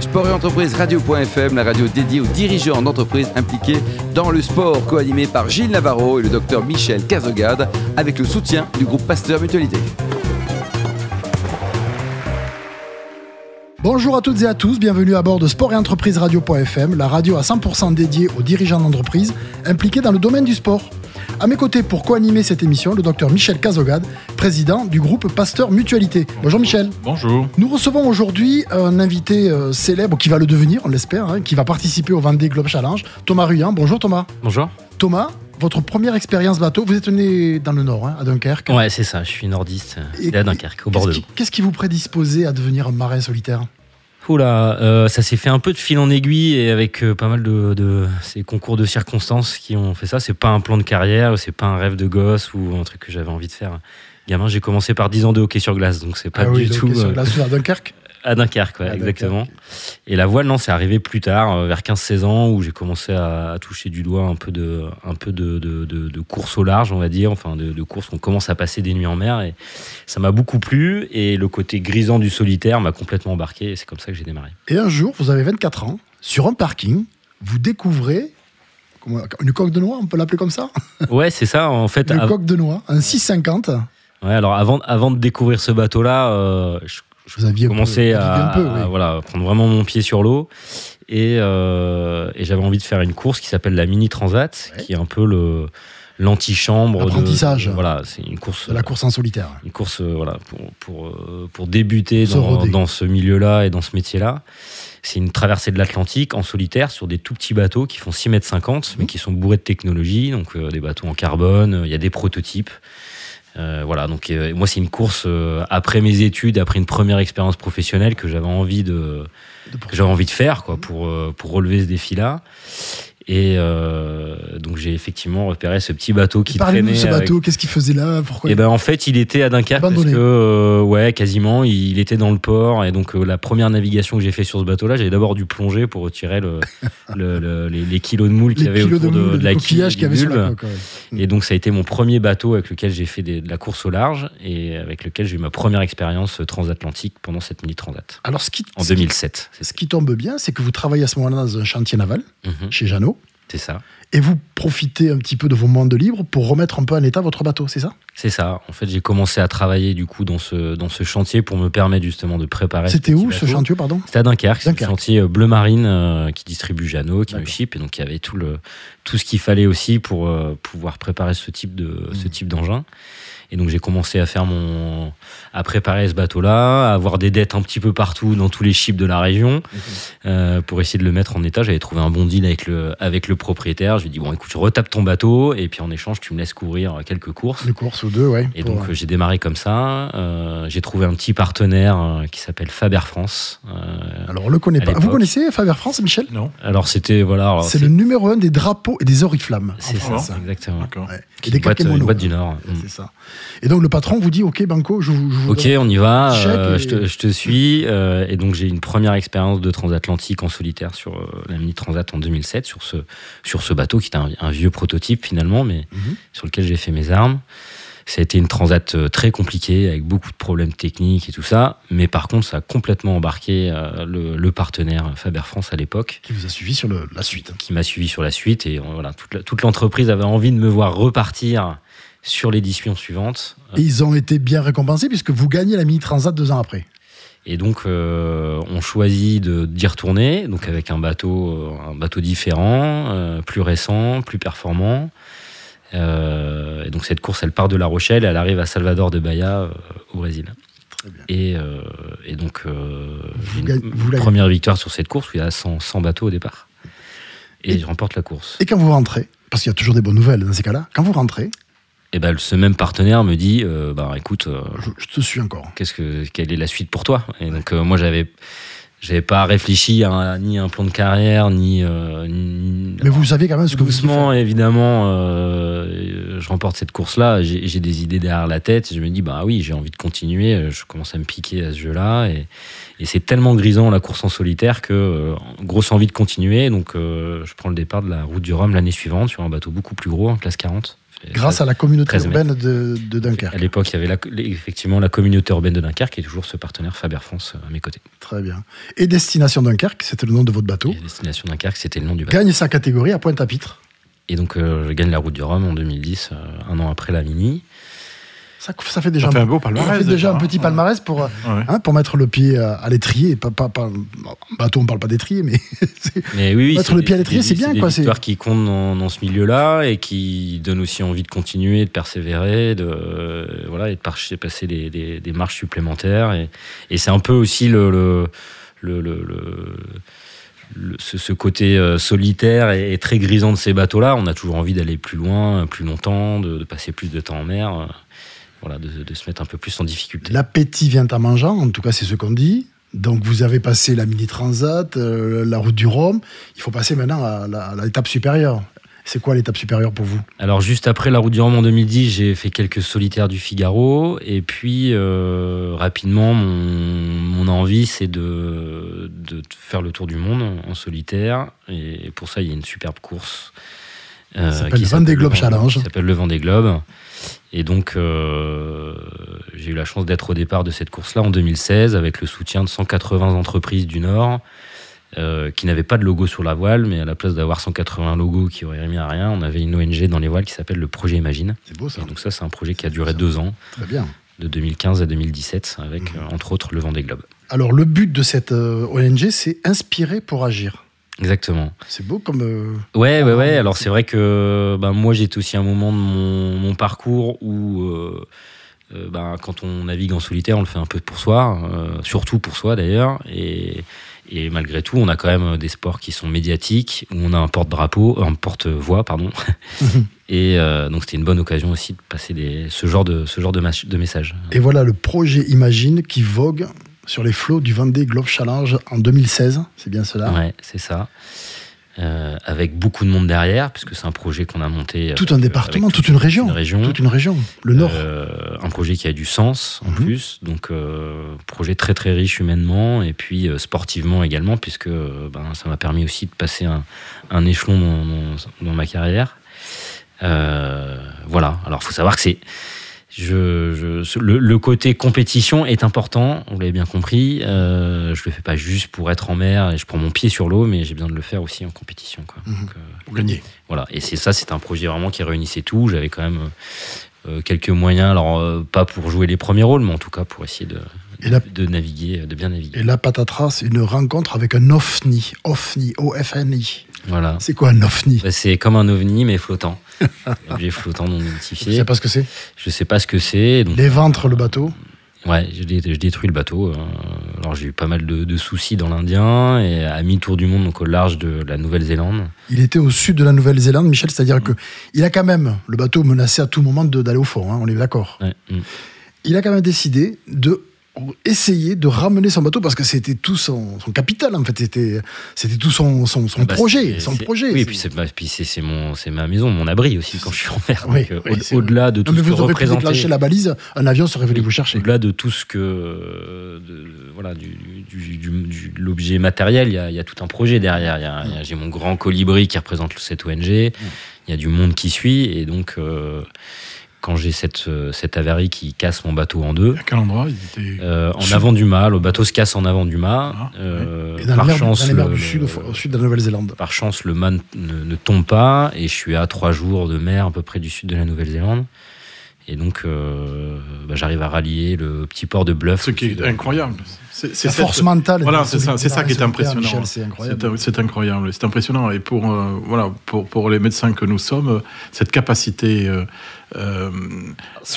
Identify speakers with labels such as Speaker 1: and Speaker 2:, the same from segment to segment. Speaker 1: Sport et Entreprise Radio.fm, la radio dédiée aux dirigeants d'entreprises impliqués dans le sport, co-animée par Gilles Navarro et le docteur Michel Cazogade, avec le soutien du groupe Pasteur Mutualité.
Speaker 2: Bonjour à toutes et à tous, bienvenue à bord de Sport et Entreprise Radio.fm, la radio à 100% dédiée aux dirigeants d'entreprise impliqués dans le domaine du sport. À mes côtés pour co-animer cette émission, le docteur Michel Cazogade, président du groupe Pasteur Mutualité. Bonjour Michel.
Speaker 3: Bonjour.
Speaker 2: Nous recevons aujourd'hui un invité euh, célèbre qui va le devenir, on l'espère, hein, qui va participer au Vendée Globe Challenge, Thomas Ruyan. Bonjour Thomas.
Speaker 4: Bonjour.
Speaker 2: Thomas, votre première expérience bateau, vous êtes né dans le nord, hein, à Dunkerque.
Speaker 4: Ouais, c'est ça, je suis nordiste
Speaker 2: Et
Speaker 4: euh, là, à Dunkerque, au bord de
Speaker 2: Qu'est-ce
Speaker 4: l'eau.
Speaker 2: qui, qu'est-ce qui vous prédisposait à devenir un marin solitaire
Speaker 4: Oula, euh, ça s'est fait un peu de fil en aiguille et avec euh, pas mal de, de- ces concours de circonstances qui ont fait ça. C'est pas un plan de carrière, ou c'est pas un rêve de gosse ou un truc que j'avais envie de faire. euh, Gamin, j'ai commencé par 10 ans de hockey sur glace, donc c'est pas
Speaker 2: Ah
Speaker 4: du
Speaker 2: oui, le
Speaker 4: tout
Speaker 2: hockey sur
Speaker 4: euh,
Speaker 2: glace, à Dunkerque.
Speaker 4: à Dunkerque, ouais,
Speaker 2: À Dunkerque.
Speaker 4: exactement. Et la voile, non, c'est arrivé plus tard, euh, vers 15-16 ans, où j'ai commencé à, à toucher du doigt un peu de, un peu de, de, de- de course au large, on va dire, enfin de, de course. On commence à passer des nuits en mer et ça m'a beaucoup plu. Et le côté grisant du solitaire m'a complètement embarqué. Et c'est comme ça que j'ai démarré.
Speaker 2: Et un jour, vous avez 24 ans, sur un parking, vous découvrez comment- une coque de noix, on peut l'appeler comme ça
Speaker 4: Ouais, c'est ça. En fait,
Speaker 2: Une
Speaker 4: av-
Speaker 2: coque de noix, un 650.
Speaker 4: ouais, alors avant, avant de découvrir ce bateau-là, euh, je
Speaker 2: Vous aviez
Speaker 4: commencé
Speaker 2: vous aviez
Speaker 4: à,
Speaker 2: un peu, oui.
Speaker 4: à, voilà, prendre vraiment mon pied sur l'eau. Et, euh, et j'avais envie de faire une course qui s'appelle la Mini Transat,
Speaker 2: Ouais.
Speaker 4: qui est un peu le l'antichambre de-
Speaker 2: L'apprentissage.
Speaker 4: voilà, c'est une course,
Speaker 2: de la course en solitaire.
Speaker 4: une course, euh, voilà, pour pour, euh, pour débuter
Speaker 2: Se
Speaker 4: dans,
Speaker 2: roder.
Speaker 4: dans ce milieu-là et dans ce métier-là. C'est une traversée de l'Atlantique en solitaire sur des tout petits bateaux qui font 6 mètres 50 mais
Speaker 2: Mhm.
Speaker 4: qui sont bourrés de technologie, donc euh, des bateaux en carbone, euh, il y a des prototypes. Euh, voilà, donc euh, moi c'est une course euh, après mes études, après une première expérience professionnelle que j'avais envie de,
Speaker 2: De
Speaker 4: que j'avais envie de faire quoi, pour, euh, pour relever ce défi-là. Et euh, donc j'ai effectivement repéré ce petit bateau qui
Speaker 2: Parlez-nous
Speaker 4: traînait.
Speaker 2: de ce
Speaker 4: avec-
Speaker 2: bateau, qu'est-ce qu'il faisait là Pourquoi
Speaker 4: et ben en fait, il était à Dunkerque
Speaker 2: Abandonné.
Speaker 4: parce que euh, ouais, quasiment, il était dans le port et donc euh, la première navigation que j'ai fait sur ce bateau-là, j'avais d'abord dû plonger pour retirer le, le- le- les, les kilos de moules qu'il y
Speaker 2: Les
Speaker 4: avait
Speaker 2: kilos de,
Speaker 4: autour de,
Speaker 2: moules,
Speaker 4: de
Speaker 2: de
Speaker 4: la quille,
Speaker 2: coquillages qu'il y
Speaker 4: du
Speaker 2: avait sur la
Speaker 4: bulbe.
Speaker 2: coque. Mm. ouais.
Speaker 4: Et donc ça a été mon premier bateau avec lequel j'ai fait des- de la course au large et avec lequel j'ai eu ma première expérience euh, transatlantique pendant cette mini transat
Speaker 2: Alors, ce qui,
Speaker 4: en
Speaker 2: ce qui-
Speaker 4: 2007.
Speaker 2: ce qui tombe bien, c'est que vous travaillez à ce moment-là dans un chantier naval,
Speaker 4: Mhm,
Speaker 2: chez Jeannot,
Speaker 4: C'est ça.
Speaker 2: et vous profitez un petit peu de vos moments de libre pour remettre un peu en état votre bateau, c'est ça
Speaker 4: C'est ça. En fait, j'ai commencé à travailler du coup dans ce, dans ce chantier pour me permettre justement de préparer.
Speaker 2: C'était
Speaker 4: petit
Speaker 2: où ce
Speaker 4: bateau.
Speaker 2: chantier, pardon
Speaker 4: C'était à Dunkerque, c'est le
Speaker 2: Dunkerque.
Speaker 4: chantier euh, Bleu Marine euh, qui distribue Jeannot, qui me
Speaker 2: D'accord.
Speaker 4: ship, et donc il y avait tout, le, tout ce qu'il fallait aussi pour euh, pouvoir préparer ce type de ce
Speaker 2: Mhm.
Speaker 4: type d'engin. Et donc j'ai commencé à faire mon à préparer ce bateau-là, à avoir des dettes un petit peu partout dans tous les ships de la
Speaker 2: Mhm.
Speaker 4: région euh, pour essayer de le mettre en état. J'avais trouvé un bon deal avec le avec le propriétaire. Je lui ai dit bon écoute, je retape ton bateau et puis en échange tu me laisses courir quelques courses.
Speaker 2: Une course ou deux, ouais.
Speaker 4: Et
Speaker 2: pour-
Speaker 4: donc euh, j'ai démarré comme ça. Euh, j'ai trouvé un petit partenaire euh, qui s'appelle Faber France. Euh,
Speaker 2: alors, on le connaît
Speaker 4: à
Speaker 2: pas. Vous
Speaker 4: l'époque-
Speaker 2: connaissez Faber France, Michel
Speaker 3: Non,
Speaker 4: Alors c'était voilà, alors,
Speaker 2: C'est le numéro un des drapeaux et des oriflammes. en
Speaker 4: c'est ça, Mm.
Speaker 2: France, hein.
Speaker 4: exactement.
Speaker 3: d'accord.
Speaker 2: Ouais.
Speaker 4: Qui
Speaker 2: Et des
Speaker 4: une boîte,
Speaker 2: kakémonos,
Speaker 4: une boîte du
Speaker 2: hein.
Speaker 4: Nord. Mm.
Speaker 2: Ouais, C'est ça. Et donc, le patron vous dit Ok, Banco, je vous. je vous
Speaker 4: Ok,
Speaker 2: donne-
Speaker 4: on y va.
Speaker 2: Chèque
Speaker 4: euh,
Speaker 2: et-
Speaker 4: je, te, je te suis. euh, et donc j'ai une première expérience de transatlantique en solitaire sur euh, la mini transat en 2007 sur ce sur ce bateau qui était un, un vieux prototype finalement, mais
Speaker 2: Mhm.
Speaker 4: sur lequel j'ai fait mes armes. Ça a été une transat euh, très compliquée avec beaucoup de problèmes techniques et tout ça. Mais par contre, ça a complètement embarqué euh, le, le partenaire Faber France à l'époque.
Speaker 2: Qui vous a suivi sur le- la suite.
Speaker 4: qui m'a suivi sur la suite. Et euh, voilà, toute la- toute l'entreprise avait envie de me voir repartir sur l'édition suivante.
Speaker 2: Et ils ont été bien récompensés puisque vous gagnez la Mini Transat deux ans après.
Speaker 4: Et donc, euh, on choisit de d'y retourner, donc avec un bateau, euh, un bateau différent, euh, plus récent, plus performant. Euh, et donc, cette course, elle part de La Rochelle, elle arrive à Salvador de Bahia, euh, au Brésil.
Speaker 2: Très bien.
Speaker 4: Et, euh, et donc, euh,
Speaker 2: Vous
Speaker 4: j'ai une
Speaker 2: gagne- vous la
Speaker 4: première victoire sur cette course, où il y a 100, 100 bateaux au départ. Et,
Speaker 2: Et-
Speaker 4: je remporte la course.
Speaker 2: Et quand vous rentrez, parce qu'il y a toujours des bonnes nouvelles dans ces cas-là, quand vous rentrez,
Speaker 4: Et ben, ce même partenaire me dit, euh, bah, écoute, euh,
Speaker 2: je, je te suis encore.
Speaker 4: qu'est-ce que quelle est la suite pour toi Et donc euh, moi j'avais j'avais pas réfléchi à un- ni à un plan de carrière ni, euh, ni-
Speaker 2: Mais vous saviez quand même ce que
Speaker 4: doucement évidemment euh, je remporte cette course là j'ai j'ai des idées derrière la tête je me dis bah oui j'ai envie de continuer je commence à me piquer à ce jeu là et, et c'est tellement grisant la course en solitaire que euh, grosse envie de continuer donc euh, je prends le départ de la route du Rhum l'année suivante sur un bateau beaucoup plus gros en classe 40
Speaker 2: grâce à la communauté
Speaker 4: 13 mètres.
Speaker 2: urbaine de, de
Speaker 4: À
Speaker 2: Dunkerque.
Speaker 4: l'époque, il y avait la- les- effectivement la communauté urbaine de Dunkerque qui est toujours ce partenaire Faber France euh, à mes côtés.
Speaker 2: Très bien. Et Destination Dunkerque, c'était le nom de votre bateau,
Speaker 4: Et ben. Destination Dunkerque, c'était le nom du bateau.
Speaker 2: gagne sa catégorie à Pointe-à-Pitre.
Speaker 4: Et donc, euh, je gagne la route du Rhum en 2010, euh, un an après la Mini.
Speaker 2: Ça, ça fait déjà,
Speaker 3: Ça
Speaker 2: un,
Speaker 3: fait un beau
Speaker 2: ça
Speaker 3: palmarès.
Speaker 2: fait déjà un
Speaker 3: hein.
Speaker 2: petit palmarès pour, euh,
Speaker 3: Ouais.
Speaker 2: hein, pour mettre le pied euh, à l'étrier. et Pas, pas, pas- en bateau, on parle pas d'étrier, mais c'est-
Speaker 4: Mais oui, oui,
Speaker 2: Mettre
Speaker 4: c'est
Speaker 2: le
Speaker 4: des-
Speaker 2: pied à l'étrier,
Speaker 4: des-
Speaker 2: c'est bien,
Speaker 4: des
Speaker 2: quoi, c'est-
Speaker 4: victoires qui comptent dans, dans ce milieu-là et qui donnent aussi envie de continuer, de persévérer, de euh, voilà et de par- passer des, des- des marches supplémentaires. Et, et c'est un peu aussi le, le, le- le- le- le- ce, ce côté euh, solitaire et, et très grisant de ces bateaux-là. On a toujours envie d'aller plus loin, plus longtemps, de, de passer plus de temps en mer. euh, Voilà, de, de se mettre un peu plus en difficulté.
Speaker 2: l'appétit vient en mangeant, en tout cas c'est ce qu'on dit. Donc vous avez passé la mini transat, euh, la route du Rhum. Il faut passer maintenant à la- à l'étape supérieure. C'est quoi l'étape supérieure pour vous
Speaker 4: Alors juste après la route du Rhum en 2010, j'ai fait quelques solitaires du Figaro et puis euh, rapidement mon, mon envie c'est de, de faire le tour du monde en, en solitaire et pour ça il y a une superbe course euh,
Speaker 2: Ça s'appelle
Speaker 4: qui
Speaker 2: le Vendée Globe
Speaker 4: le Vend-
Speaker 2: Challenge.
Speaker 4: qui s'appelle le Vendée Globe et donc euh, j'ai eu la chance d'être au départ de cette course là en 2016 avec le soutien de 180 entreprises du Nord euh, qui n'avait pas de logo sur la voile, mais à la place d'avoir 180 logos qui auraient remis à rien, on avait une ONG dans les voiles qui s'appelle le Projet Imagine.
Speaker 2: C'est beau ça,
Speaker 4: Et donc ça, c'est un projet qui a
Speaker 2: C'est
Speaker 4: duré
Speaker 2: ça.
Speaker 4: deux ans,
Speaker 2: très bien.
Speaker 4: de 2015 à 2017, avec euh, entre autres le Vendée Globe.
Speaker 2: Alors le but de cette euh, ONG, c'est inspirer pour agir.
Speaker 4: Exactement.
Speaker 2: C'est beau comme... euh,
Speaker 4: Ouais, ouais, ouais.
Speaker 2: Ah,
Speaker 4: Alors c'est vrai que ben, moi j'étais aussi à un moment de mon, mon parcours où euh, euh, ben, quand on navigue en solitaire, on le fait un peu pour soi, euh, surtout pour soi d'ailleurs. Et, et malgré tout, on a quand même des sports qui sont médiatiques, où on a un porte-drapeau, euh, un porte-voix, pardon.
Speaker 2: Mhm.
Speaker 4: et euh, donc c'était une bonne occasion aussi de passer des, ce genre de, ce genre de, mach- de message.
Speaker 2: Et voilà le projet Imagine qui vogue sur les flots du Vendée Globe Challenge en 2016. C'est bien cela
Speaker 4: Ouais, c'est ça. Euh, avec beaucoup de monde derrière, puisque c'est un projet qu'on a monté. euh,
Speaker 2: Tout
Speaker 4: avec-
Speaker 2: un département,
Speaker 4: avec
Speaker 2: toute une région.
Speaker 4: une région.
Speaker 2: Toute une région. Le Nord.
Speaker 4: Euh, un projet qui a du sens en
Speaker 2: Mhm.
Speaker 4: plus, donc euh, projet très très riche humainement et puis euh, sportivement également, puisque euh, ben, ça m'a permis aussi de passer un, un échelon dans, dans- dans ma carrière. Euh, voilà, alors faut savoir que c'est. Je, je- ce- le, le côté compétition est important, vous l'avez bien compris. Euh, je le fais pas juste pour être en mer et je prends mon pied sur l'eau, mais j'ai besoin de le faire aussi en compétition. Quoi.
Speaker 2: Mhm.
Speaker 4: Donc, euh,
Speaker 3: Pour gagner.
Speaker 4: voilà, et c'est ça, c'est un projet vraiment qui réunissait tout. J'avais quand même euh, quelques moyens, alors euh, pas pour jouer les premiers rôles, mais en tout cas pour essayer de,
Speaker 2: Et la-
Speaker 4: de naviguer, de bien naviguer.
Speaker 2: Et là, patatras, c'est une rencontre avec un OFNI. OFNI, O-F-N-I.
Speaker 4: Voilà.
Speaker 2: C'est quoi un OFNI
Speaker 4: Bah, c'est comme un ovni, mais flottant. Objet flottant non
Speaker 2: Je
Speaker 4: identifié.
Speaker 2: sais pas ce que c'est.
Speaker 4: Je sais pas ce que c'est. donc-
Speaker 2: Les ventres, le bateau.
Speaker 4: Ouais, je, dé- je détruis le bateau. euh, alors j'ai eu pas mal de, de soucis dans l'Indien et à mi-tour du monde, donc au large de la Nouvelle-Zélande.
Speaker 2: Il était au sud de la Nouvelle-Zélande, Michel, c'est-à-dire que il a quand même, le bateau menacé à tout moment de- d'aller au fond, hein, on est d'accord.
Speaker 4: Ouais, mm.
Speaker 2: Il a quand même décidé de essayer de ramener son bateau parce que c'était tout son, son capital, en fait. C'était c'était tout son, son, son
Speaker 4: Ah bah,
Speaker 2: projet.
Speaker 4: c'est-
Speaker 2: Son
Speaker 4: c'est-
Speaker 2: projet.
Speaker 4: Oui, puis c'est ma, puis c'est- c'est mon, c'est ma maison, mon abri aussi quand je suis en mer.
Speaker 2: Oui,
Speaker 4: Donc, euh,
Speaker 2: oui,
Speaker 4: au-
Speaker 2: c'est-
Speaker 4: au-delà de
Speaker 2: Non,
Speaker 4: tout
Speaker 2: mais
Speaker 4: ce que
Speaker 2: vous aurez pu déclencher
Speaker 4: représentait,
Speaker 2: la balise, un avion serait venu vous chercher.
Speaker 4: au-delà de tout ce que euh, de- de- voilà du, du- du- du- de l'objet matériel, il y, a, il y a tout un projet derrière. Il y a-
Speaker 2: Mm.
Speaker 4: il y a- J'ai mon grand colibri qui représente cette ONG. Il y a du monde qui suit et donc. euh, quand j'ai cette, euh, cette avarie qui casse mon bateau en deux,
Speaker 3: À quel endroit ils étaient
Speaker 4: euh, en
Speaker 3: Sud.
Speaker 4: avant du mât, le bateau se casse en avant du mât.
Speaker 3: Ah,
Speaker 4: euh,
Speaker 2: Et dans, la
Speaker 4: par
Speaker 2: mer,
Speaker 4: chance,
Speaker 2: dans les mers
Speaker 4: le-
Speaker 2: du sud, au, au sud de la Nouvelle-Zélande.
Speaker 4: par chance, le mât ne, ne tombe pas et je suis à trois jours de mer à peu près du sud de la Nouvelle-Zélande. Et donc, euh, bah, j'arrive à rallier le petit port de Bluff.
Speaker 3: Ce qui
Speaker 4: au sud
Speaker 3: est
Speaker 4: de-
Speaker 3: incroyable. C'est c'est
Speaker 2: La
Speaker 3: cette-
Speaker 2: force mentale.
Speaker 3: Voilà,
Speaker 2: de
Speaker 3: c'est ça, c'est ça qui est
Speaker 2: solidarité
Speaker 3: impressionnant.
Speaker 2: Michel, c'est
Speaker 3: C'est
Speaker 2: incroyable.
Speaker 3: un- C'est incroyable, c'est impressionnant. Et pour, euh, voilà, pour, pour les médecins que nous sommes, euh, cette capacité, euh, euh,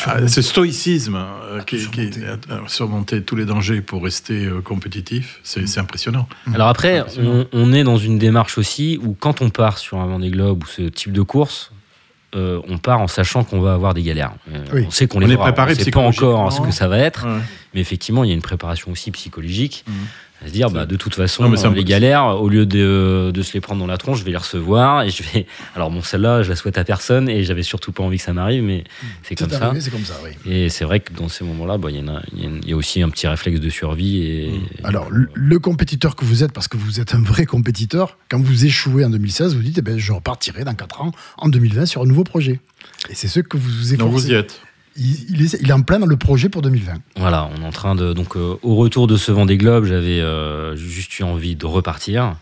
Speaker 3: à- ce stoïcisme
Speaker 2: Ah,
Speaker 3: euh, qui, qui-
Speaker 2: surmonter.
Speaker 3: à- à surmonter tous les dangers pour rester euh, compétitif, c'est c'est impressionnant.
Speaker 4: Alors après,
Speaker 3: Impressionnant.
Speaker 4: on, on est dans une démarche aussi où quand on part sur un Vendée Globe ou ce type de course, euh, on part en sachant qu'on va avoir des galères. Euh,
Speaker 2: Oui.
Speaker 4: On sait qu'on
Speaker 3: On
Speaker 4: les
Speaker 3: est
Speaker 4: aura.
Speaker 3: préparé
Speaker 4: on sait pas
Speaker 3: psychologiquement.
Speaker 4: encore ce que ça va être. Mais effectivement, il y a une préparation aussi psychologique.
Speaker 3: Mhm.
Speaker 4: À se dire, bah, de toute façon,
Speaker 3: Non, mais c'est
Speaker 4: euh,
Speaker 3: un
Speaker 4: les
Speaker 3: peu-
Speaker 4: galères, au lieu de, de se les prendre dans la tronche, je vais les recevoir. Et je vais... Alors, bon, celle-là, je la souhaite à personne et j'avais surtout pas envie que ça m'arrive, mais
Speaker 3: Mhm.
Speaker 4: c'est comme
Speaker 2: C'est
Speaker 4: ça.
Speaker 2: arrivé, c'est comme ça, oui.
Speaker 4: Et c'est vrai que dans ces moments-là, bah, il y en a- il y, en a- il y a aussi un petit réflexe de survie. Et,
Speaker 3: Mhm.
Speaker 2: Alors, le- le compétiteur que vous êtes, parce que vous êtes un vrai compétiteur, quand vous échouez en 2016, vous dites, eh ben, je repartirai dans 4 ans, en 2020, sur un nouveau projet. Et c'est ce que vous vous
Speaker 3: Donc vous y
Speaker 2: efforcez.
Speaker 3: êtes.
Speaker 2: Il, il est, il est en plein dans le projet pour 2020.
Speaker 4: Voilà, on est en train de. Donc, euh, au retour de ce Vendée Globe, j'avais euh, juste eu envie de repartir.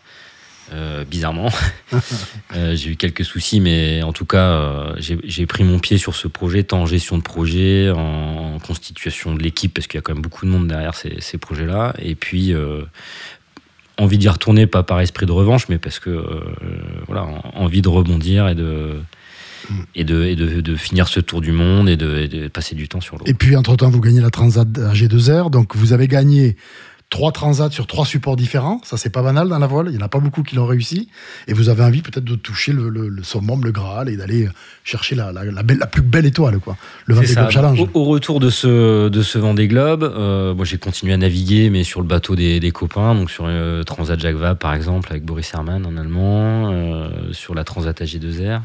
Speaker 4: euh, bizarrement, Euh, j'ai eu quelques soucis, mais en tout cas, euh, j'ai- j'ai pris mon pied sur ce projet, tant en gestion de projet, en constitution de l'équipe, parce qu'il y a quand même beaucoup de monde derrière ces, ces projets-là. Et puis, euh, envie d'y retourner, pas par esprit de revanche, mais parce que, euh, voilà, en- envie de rebondir et de. Et, de, et de, de finir ce tour du monde et de, et de passer du temps sur l'eau.
Speaker 2: Et puis, entre-temps, vous gagnez la Transat AG2R. Donc, vous avez gagné trois transats sur trois supports différents. Ça, c'est pas banal dans la voile. Il n'y en a pas beaucoup qui l'ont réussi. Et vous avez envie peut-être de toucher le, le, le summum, le Graal, et d'aller euh, chercher la, la, la belle- la plus belle étoile, quoi. Le Vendée
Speaker 4: C'est ça. Oh.
Speaker 2: Globe Challenge.
Speaker 4: Au, au retour de ce, de ce Vendée Globe, euh, moi j'ai continué à naviguer, mais sur le bateau des, des copains, donc sur euh, Transat Jacques Vabre par exemple, avec Boris Herman en allemand, euh, sur la Transat AG2R.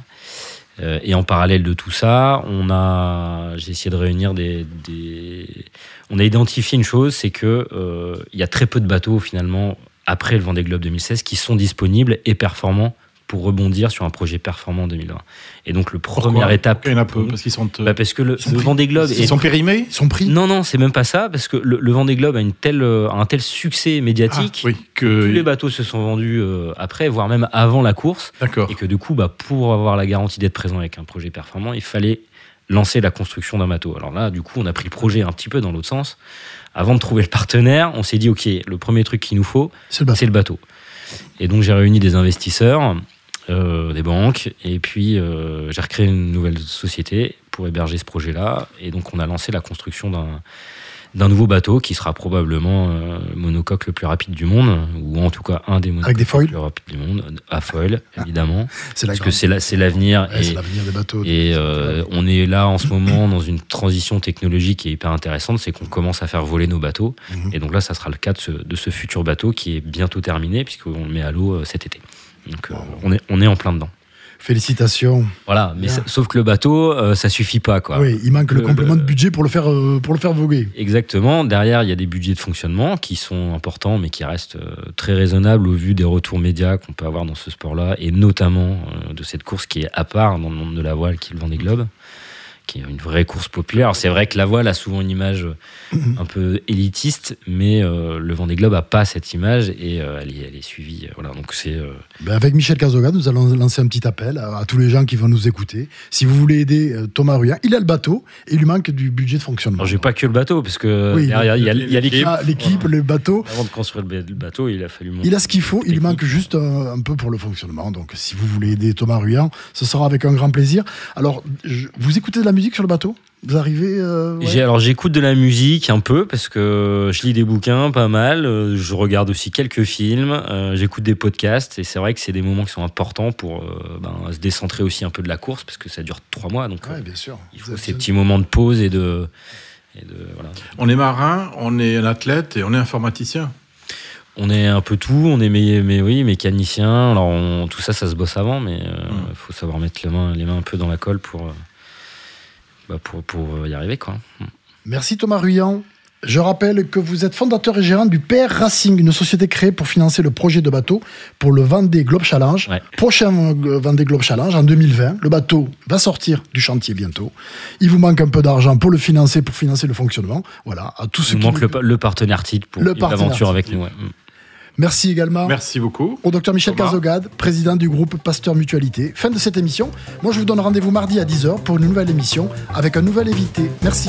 Speaker 4: Euh, et en parallèle de tout ça, on a, j'ai essayé de réunir des, des- On a identifié une chose, c'est que euh, il y a très peu de bateaux finalement après le Vendée Globe 2016 qui sont disponibles et performants pour rebondir sur un projet performant en 2020. Et donc le première
Speaker 3: Pourquoi
Speaker 4: étape,
Speaker 3: Pourquoi Il y en a
Speaker 4: pour
Speaker 3: peu
Speaker 4: nous-
Speaker 3: parce qu'ils sont. euh,
Speaker 4: bah parce que le,
Speaker 2: Mm. Ils sont
Speaker 4: le
Speaker 2: pris-
Speaker 4: Vendée Globe
Speaker 2: ils
Speaker 4: est-
Speaker 3: Ils sont périmés.
Speaker 2: Ils sont pris.
Speaker 4: Non, non, c'est même pas ça, parce que le, le Vendée Globe a une telle, euh, un tel succès médiatique.
Speaker 3: Ah, oui,
Speaker 4: Tous les
Speaker 3: que.
Speaker 4: bateaux se sont vendus euh, après, voire même avant la course,
Speaker 3: D'accord.
Speaker 2: Oh.
Speaker 4: et que du coup, bah, pour avoir la garantie d'être présent avec un projet performant, il fallait lancer la construction d'un bateau. Alors là, du coup, on a pris le projet un petit peu dans l'autre sens. Avant de trouver le partenaire, on s'est dit, OK, le premier truc qu'il nous faut,
Speaker 2: C'est le bateau.
Speaker 4: c'est le bateau. Et donc j'ai réuni des investisseurs, euh, des banques, et puis euh, j'ai recréé une nouvelle société pour héberger ce projet-là. Et donc on a lancé la construction d'un d'un nouveau bateau qui sera probablement euh, le monocoque le plus rapide du monde, ou en tout cas un des monocoques
Speaker 2: des foils Ah,
Speaker 4: les plus rapides du monde, à foil évidemment,
Speaker 2: C'est la
Speaker 4: parce que
Speaker 2: grande-
Speaker 4: c'est la- c'est l'avenir.
Speaker 2: Ouais, c'est
Speaker 4: et-
Speaker 2: l'avenir des bateaux.
Speaker 4: et euh, on est là en ce moment dans une transition technologique qui est hyper intéressante, c'est qu'on commence à faire voler nos bateaux.
Speaker 2: Mhm.
Speaker 4: Et donc là, ça sera le cas de ce, de ce futur bateau qui est bientôt terminé, puisqu'on le met à l'eau euh, cet été. Donc euh, on, est, on est en plein dedans.
Speaker 2: Félicitations.
Speaker 4: Voilà, mais
Speaker 2: Bien.
Speaker 4: ça- sauf que le bateau, euh, ça suffit pas. Quoi.
Speaker 2: Oui, il manque le,
Speaker 4: Le-
Speaker 2: complément
Speaker 4: le-
Speaker 2: de budget pour le faire, euh, pour le faire voguer.
Speaker 4: Exactement. Derrière, il y a des budgets de fonctionnement qui sont importants, mais qui restent euh, très raisonnables au vu des retours médias qu'on peut avoir dans ce sport-là, et notamment euh, de cette course qui est à part dans le monde de la voile, qui est le Vendée Globe, qui est une vraie course populaire. Alors, C'est vrai que la voile a souvent une image euh, un peu élitiste, mais euh, le Vendée Globe a pas cette image et euh, elle, est, elle est suivie. euh, Voilà, donc c'est euh,
Speaker 2: Ben, avec Michel Cazoga, nous allons lancer un petit appel à, à tous les gens qui vont nous écouter. Si vous voulez aider euh, Thomas Ruyen, il a le bateau et il lui manque du budget de fonctionnement.
Speaker 4: Alors, j'ai pas que le bateau, parce que
Speaker 2: Oui,
Speaker 4: derrière, il y a,
Speaker 3: le-
Speaker 4: il y a l'équipe.
Speaker 2: Ah, l'équipe, le bateau.
Speaker 4: Avant de construire le ba- le bateau, il a fallu monter.
Speaker 2: Il a ce qu'il faut, il lui
Speaker 4: Technique.
Speaker 2: manque juste euh, un, peu pour le fonctionnement. Donc, si vous voulez aider Thomas Ruyan, ce sera avec un grand plaisir. Alors, je- vous écoutez de la musique sur le bateau Vous arrivez euh, ouais
Speaker 4: J'ai- Alors j'écoute de la musique un peu parce que je lis des bouquins pas mal, euh, je regarde aussi quelques films, euh, j'écoute des podcasts et c'est vrai que c'est des moments qui sont importants pour euh, ben, se décentrer aussi un peu de la course parce que ça dure trois mois donc euh,
Speaker 2: Ouais, bien sûr.
Speaker 4: il
Speaker 2: Vous
Speaker 4: faut
Speaker 2: avez
Speaker 4: ces
Speaker 2: besoin-
Speaker 4: petits moments de pause et de... et de- voilà.
Speaker 3: On est marin, on est un athlète et on est informaticien.
Speaker 4: On est un peu tout, on est mais, mais oui mécanicien, alors on- tout ça ça se bosse avant mais il
Speaker 2: Mmh.
Speaker 3: Mm.
Speaker 4: faut savoir mettre les mains, les mains un peu dans la colle pour, euh, bah, pour, pour euh, y arriver quoi.
Speaker 2: Merci Thomas Ruyan. Je rappelle que vous êtes fondateur et gérant du PR Racing, une société créée pour financer le projet de bateau pour le Vendée Globe Challenge.
Speaker 4: Ouais.
Speaker 2: Prochain euh, Vendée Globe Challenge en 2020. Le bateau va sortir du chantier bientôt. Il vous manque un peu d'argent pour le financer, pour financer le fonctionnement. Voilà, à tous ceux
Speaker 4: Il
Speaker 2: qui.
Speaker 4: manque le, pa- le partenaire titre pour
Speaker 2: Le
Speaker 4: vivre l'aventure
Speaker 2: partenaire
Speaker 4: avec nous. ouais. Mm.
Speaker 2: Merci également.
Speaker 3: Merci beaucoup.
Speaker 2: Au docteur Michel
Speaker 3: Thomas.
Speaker 2: Cazogade, président du groupe Pasteur Mutualité. Fin de cette émission. Moi, je vous donne rendez-vous mardi à 10h pour une nouvelle émission avec un nouvel invité. Merci.